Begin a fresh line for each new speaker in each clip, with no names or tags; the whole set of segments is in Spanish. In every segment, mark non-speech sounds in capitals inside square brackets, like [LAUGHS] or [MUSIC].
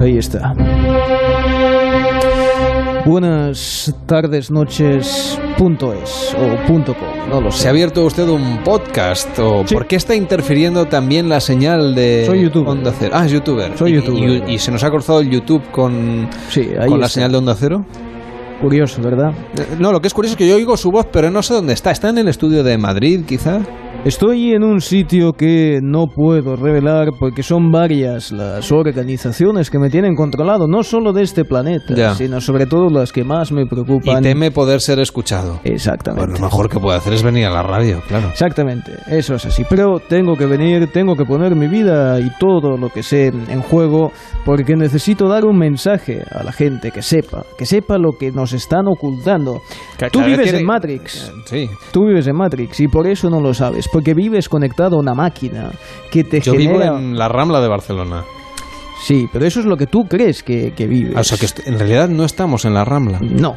Ahí está. Buenas tardes, noches, punto es o punto com, no lo
¿Se ha
sé.
abierto usted un podcast? ¿O
Sí.
¿Por qué está interfiriendo también la señal de
Soy youtuber.
Onda Cero? Ah, es youtuber.
Soy
¿Y-
youtuber.
Y, y se nos ha cruzado el YouTube con,
Sí, ahí
con la
está.
señal de Onda Cero?
Curioso, ¿verdad?
Eh, No, lo que es curioso es que yo oigo su voz, pero no sé dónde está. ¿Está en el estudio de Madrid, quizá?
Estoy en un sitio que no puedo revelar porque son varias las organizaciones que me tienen controlado, no solo de este planeta,
Ya.
sino sobre todo las que más me
Y
preocupan.
teme poder ser escuchado.
Exactamente.
Bueno, lo mejor que puede hacer es venir a la radio, claro.
Exactamente, eso es así. Pero tengo que venir, tengo que poner mi vida y todo lo que sé en juego, porque necesito dar un mensaje a la gente que sepa, que sepa lo que nos están ocultando. Tú vives en Matrix.
Sí.
Tú vives en Matrix y por eso no lo sabes, porque vives conectado a una máquina que te
Yo vivo
genera.
en la Rambla de Barcelona. Ah,
Sí, pero eso es lo que tú crees que, que vives.
O sea que est- en realidad no estamos en la Rambla.
No.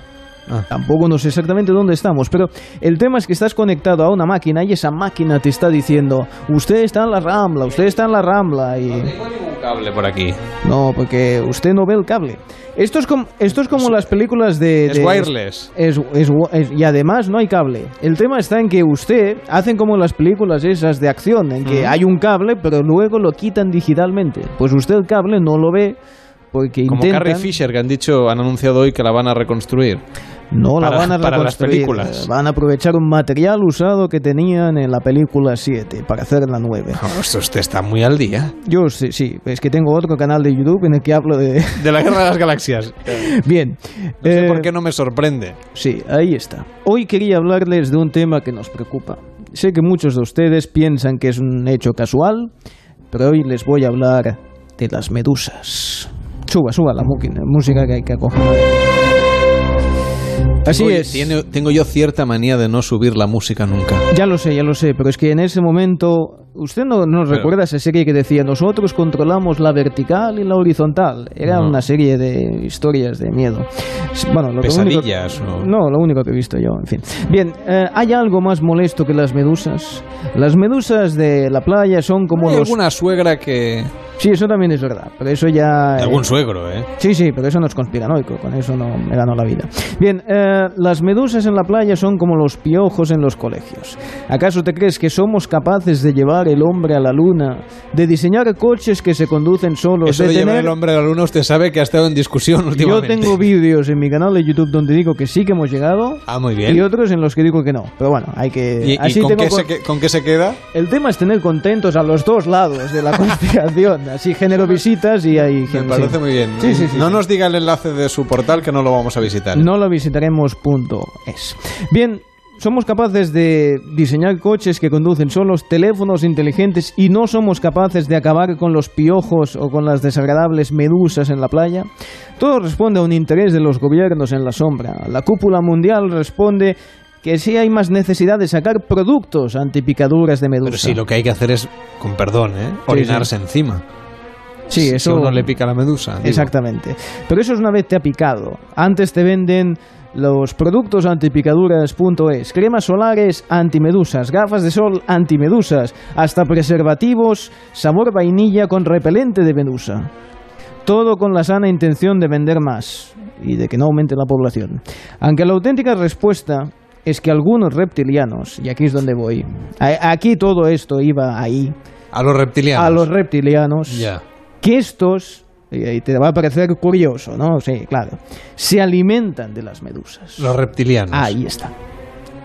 Ah.
Tampoco no sé exactamente dónde estamos, pero el tema es que estás conectado a una máquina y esa máquina te está diciendo, usted está en la rambla, usted está en la rambla y...
Tengo ningún cable por aquí.
No, porque usted no ve el cable. Esto es como, esto es como las películas de...
Es
de-
wireless.
es- es wi- es- y además no hay cable. El tema está en que usted hacen como las películas esas de acción, en que hay un cable, pero luego lo quitan digitalmente. Pues usted el cable no lo ve porque
Como
intentan...
Carrie Fisher, que han dicho, han anunciado hoy que la van a reconstruir.
No la
Para-
van a
para las
reconstruir.
películas.
Van a aprovechar un material usado que tenían en la película 7 para hacer la 9.
Ah, pues usted está muy al día.
Yo sí, sí, es que tengo otro canal de YouTube en el que hablo de... [LAUGHS]
De la Guerra de las Galaxias.
Bien.
[LAUGHS] No sé
eh,
por qué no me sorprende.
Sí, ahí está. Hoy quería hablarles de un tema que nos preocupa. Sé que muchos de ustedes piensan que es un hecho casual, pero hoy les voy a hablar de las medusas. Suba, suba la muqui- música que hay que acoger. Así
Tengo-
es.
tiene- tengo yo cierta manía de no subir la música nunca.
Ya lo sé, ya lo sé, pero es que en ese momento. ¿Usted no, no
Pero-
recuerda esa serie que decía nosotros controlamos la vertical y la horizontal? Era
No.
una serie de historias de miedo. S- Bueno, lo que único-
Pesadillas, ¿no?
No, lo único que he visto yo, en fin. Bien, eh, ¿hay algo más molesto que las medusas? Las medusas de la playa son como
Hay
los.
alguna suegra que...
Sí, eso también es verdad, pero eso ya. eh,
Algún suegro, ¿eh?
Sí, sí, pero eso no es conspiranoico, con eso no me ganó la vida. Bien, eh, las medusas en la playa son como los piojos en los colegios. ¿Acaso te crees que somos capaces de llevar el hombre a la luna, de diseñar coches que se conducen solos,
Eso de llevar
tener-
el hombre al alumno, usted sabe que ha estado en discusión
Yo
últimamente.
tengo vídeos en mi canal de YouTube donde digo que sí que hemos llegado
Ah, muy bien.
y otros en los que digo que no. Pero bueno, hay que...
¿Y, y
así
con,
tengo
qué
con-
se, que- con qué se queda?
El tema es tener contentos a los dos lados de la [LAUGHS] conspiración. así genero visitas y hay
Me
gente...
parece muy bien.
Sí, sí, sí,
no
sí.
nos diga el enlace de su portal que no lo vamos a visitar.
No lo visitaremos, punto es. Bien, somos capaces de diseñar coches que conducen solos, teléfonos inteligentes y no somos capaces de acabar con los piojos o con las desagradables medusas en la playa. Todo responde a un interés de los gobiernos en la sombra. La cúpula mundial responde que sí hay más necesidad de sacar productos antipicaduras de medusa.
Pero sí, lo que hay que hacer es, con perdón, ¿eh? Orinarse encima.
Sí,
Si-
eso-
Si uno le pica la medusa. digo.
Exactamente. Pero eso es una vez te ha picado. Antes te venden los productos antipicaduras.es, cremas solares antimedusas, gafas de sol antimedusas, hasta preservativos, sabor vainilla con repelente de medusa. Todo con la sana intención de vender más y de que no aumente la población. Aunque la auténtica respuesta es que algunos reptilianos, y aquí es donde voy, a- aquí todo esto iba ahí,
A los reptilianos.
a los reptilianos,
Ya.
que estos, y ahí te va a parecer curioso, ¿no? Sí, claro, se alimentan de las medusas.
Los reptilianos.
Ahí está.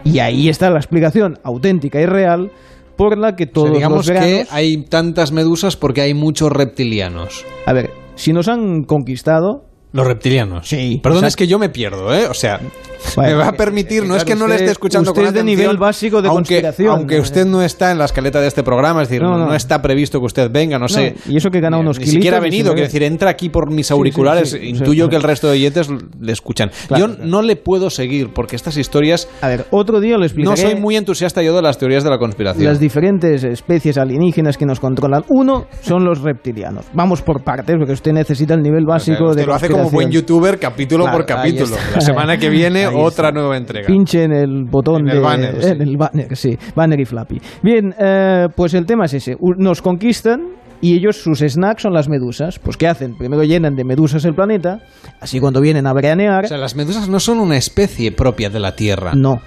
Y ahí está la explicación auténtica y real por la que
O sea,
todos
digamos
los
que
veranos-
hay tantas medusas porque hay muchos reptilianos.
A ver, si nos han conquistado...
Los reptilianos.
Sí.
Perdón,
Exacto.
es que yo me pierdo, ¿eh? O sea, me
Bueno,
va a
eh,
permitir,
eh,
no es que
claro,
no le esté
usted-
escuchando
usted
con
es de
atención,
nivel básico de
aunque,
conspiración. ¿eh?
Aunque usted no está en la escaleta de este programa, es decir,
No,
no,
no.
no está previsto que usted venga, no sé.
y eso que gana unos
Ni siquiera ha
kilitos y
venido,
se me
quiero
ve.
decir, entra aquí por mis auriculares,
sí, sí,
intuyo
sí, sí.
que el resto de oyentes le escuchan.
Claro,
yo
claro.
no le puedo seguir porque estas historias...
A ver, otro día lo explicaré.
No soy muy entusiasta yo de las teorías de la conspiración.
las diferentes especies alienígenas que nos controlan. Uno son los reptilianos. Vamos por partes, porque usted necesita el nivel básico
Claro,
de
usted lo hace como
conspiración.
buen youtuber capítulo
Claro,
por
ahí
capítulo.
está. [LAUGHS]
La semana que viene
Ahí
otra
está.
nueva entrega.
Pinche en el botón
En
de,
el banner,
[LAUGHS] en
sí.
el banner, sí, banner y flappy. Bien, eh, pues el tema es ese. U- Nos conquistan y ellos sus snacks son las medusas. Pues ¿qué hacen? Primero llenan de medusas el planeta, así cuando vienen a veranear...
O sea, las medusas no son una especie propia de la Tierra.
No,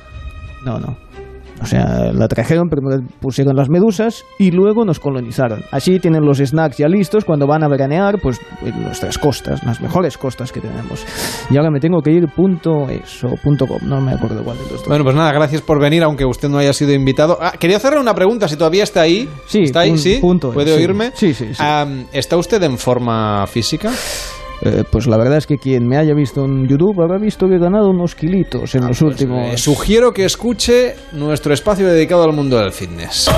no, no. O sea, la trajeron, primero pusieron las medusas y luego nos colonizaron. Así tienen los snacks ya listos cuando van a veranear, pues en nuestras costas, las mejores costas que tenemos. Y ahora me tengo que ir punto .es o punto .com, no me acuerdo cuál de los dos.
Bueno, pues nada, gracias por venir, aunque usted no haya sido invitado. Ah, quería hacerle una pregunta, si todavía está ahí.
Sí,
¿Está ahí?
pun-
¿Sí?
punto es,
¿Puede
sí.
oírme?
Sí, sí, sí.
Am, ¿Está usted en forma física?
Eh, pues la verdad es que quien me haya visto en YouTube habrá visto que he ganado unos kilitos en los últimos...
Eh, sugiero que escuche nuestro espacio dedicado al mundo del fitness.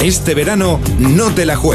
Este verano no te la juegues.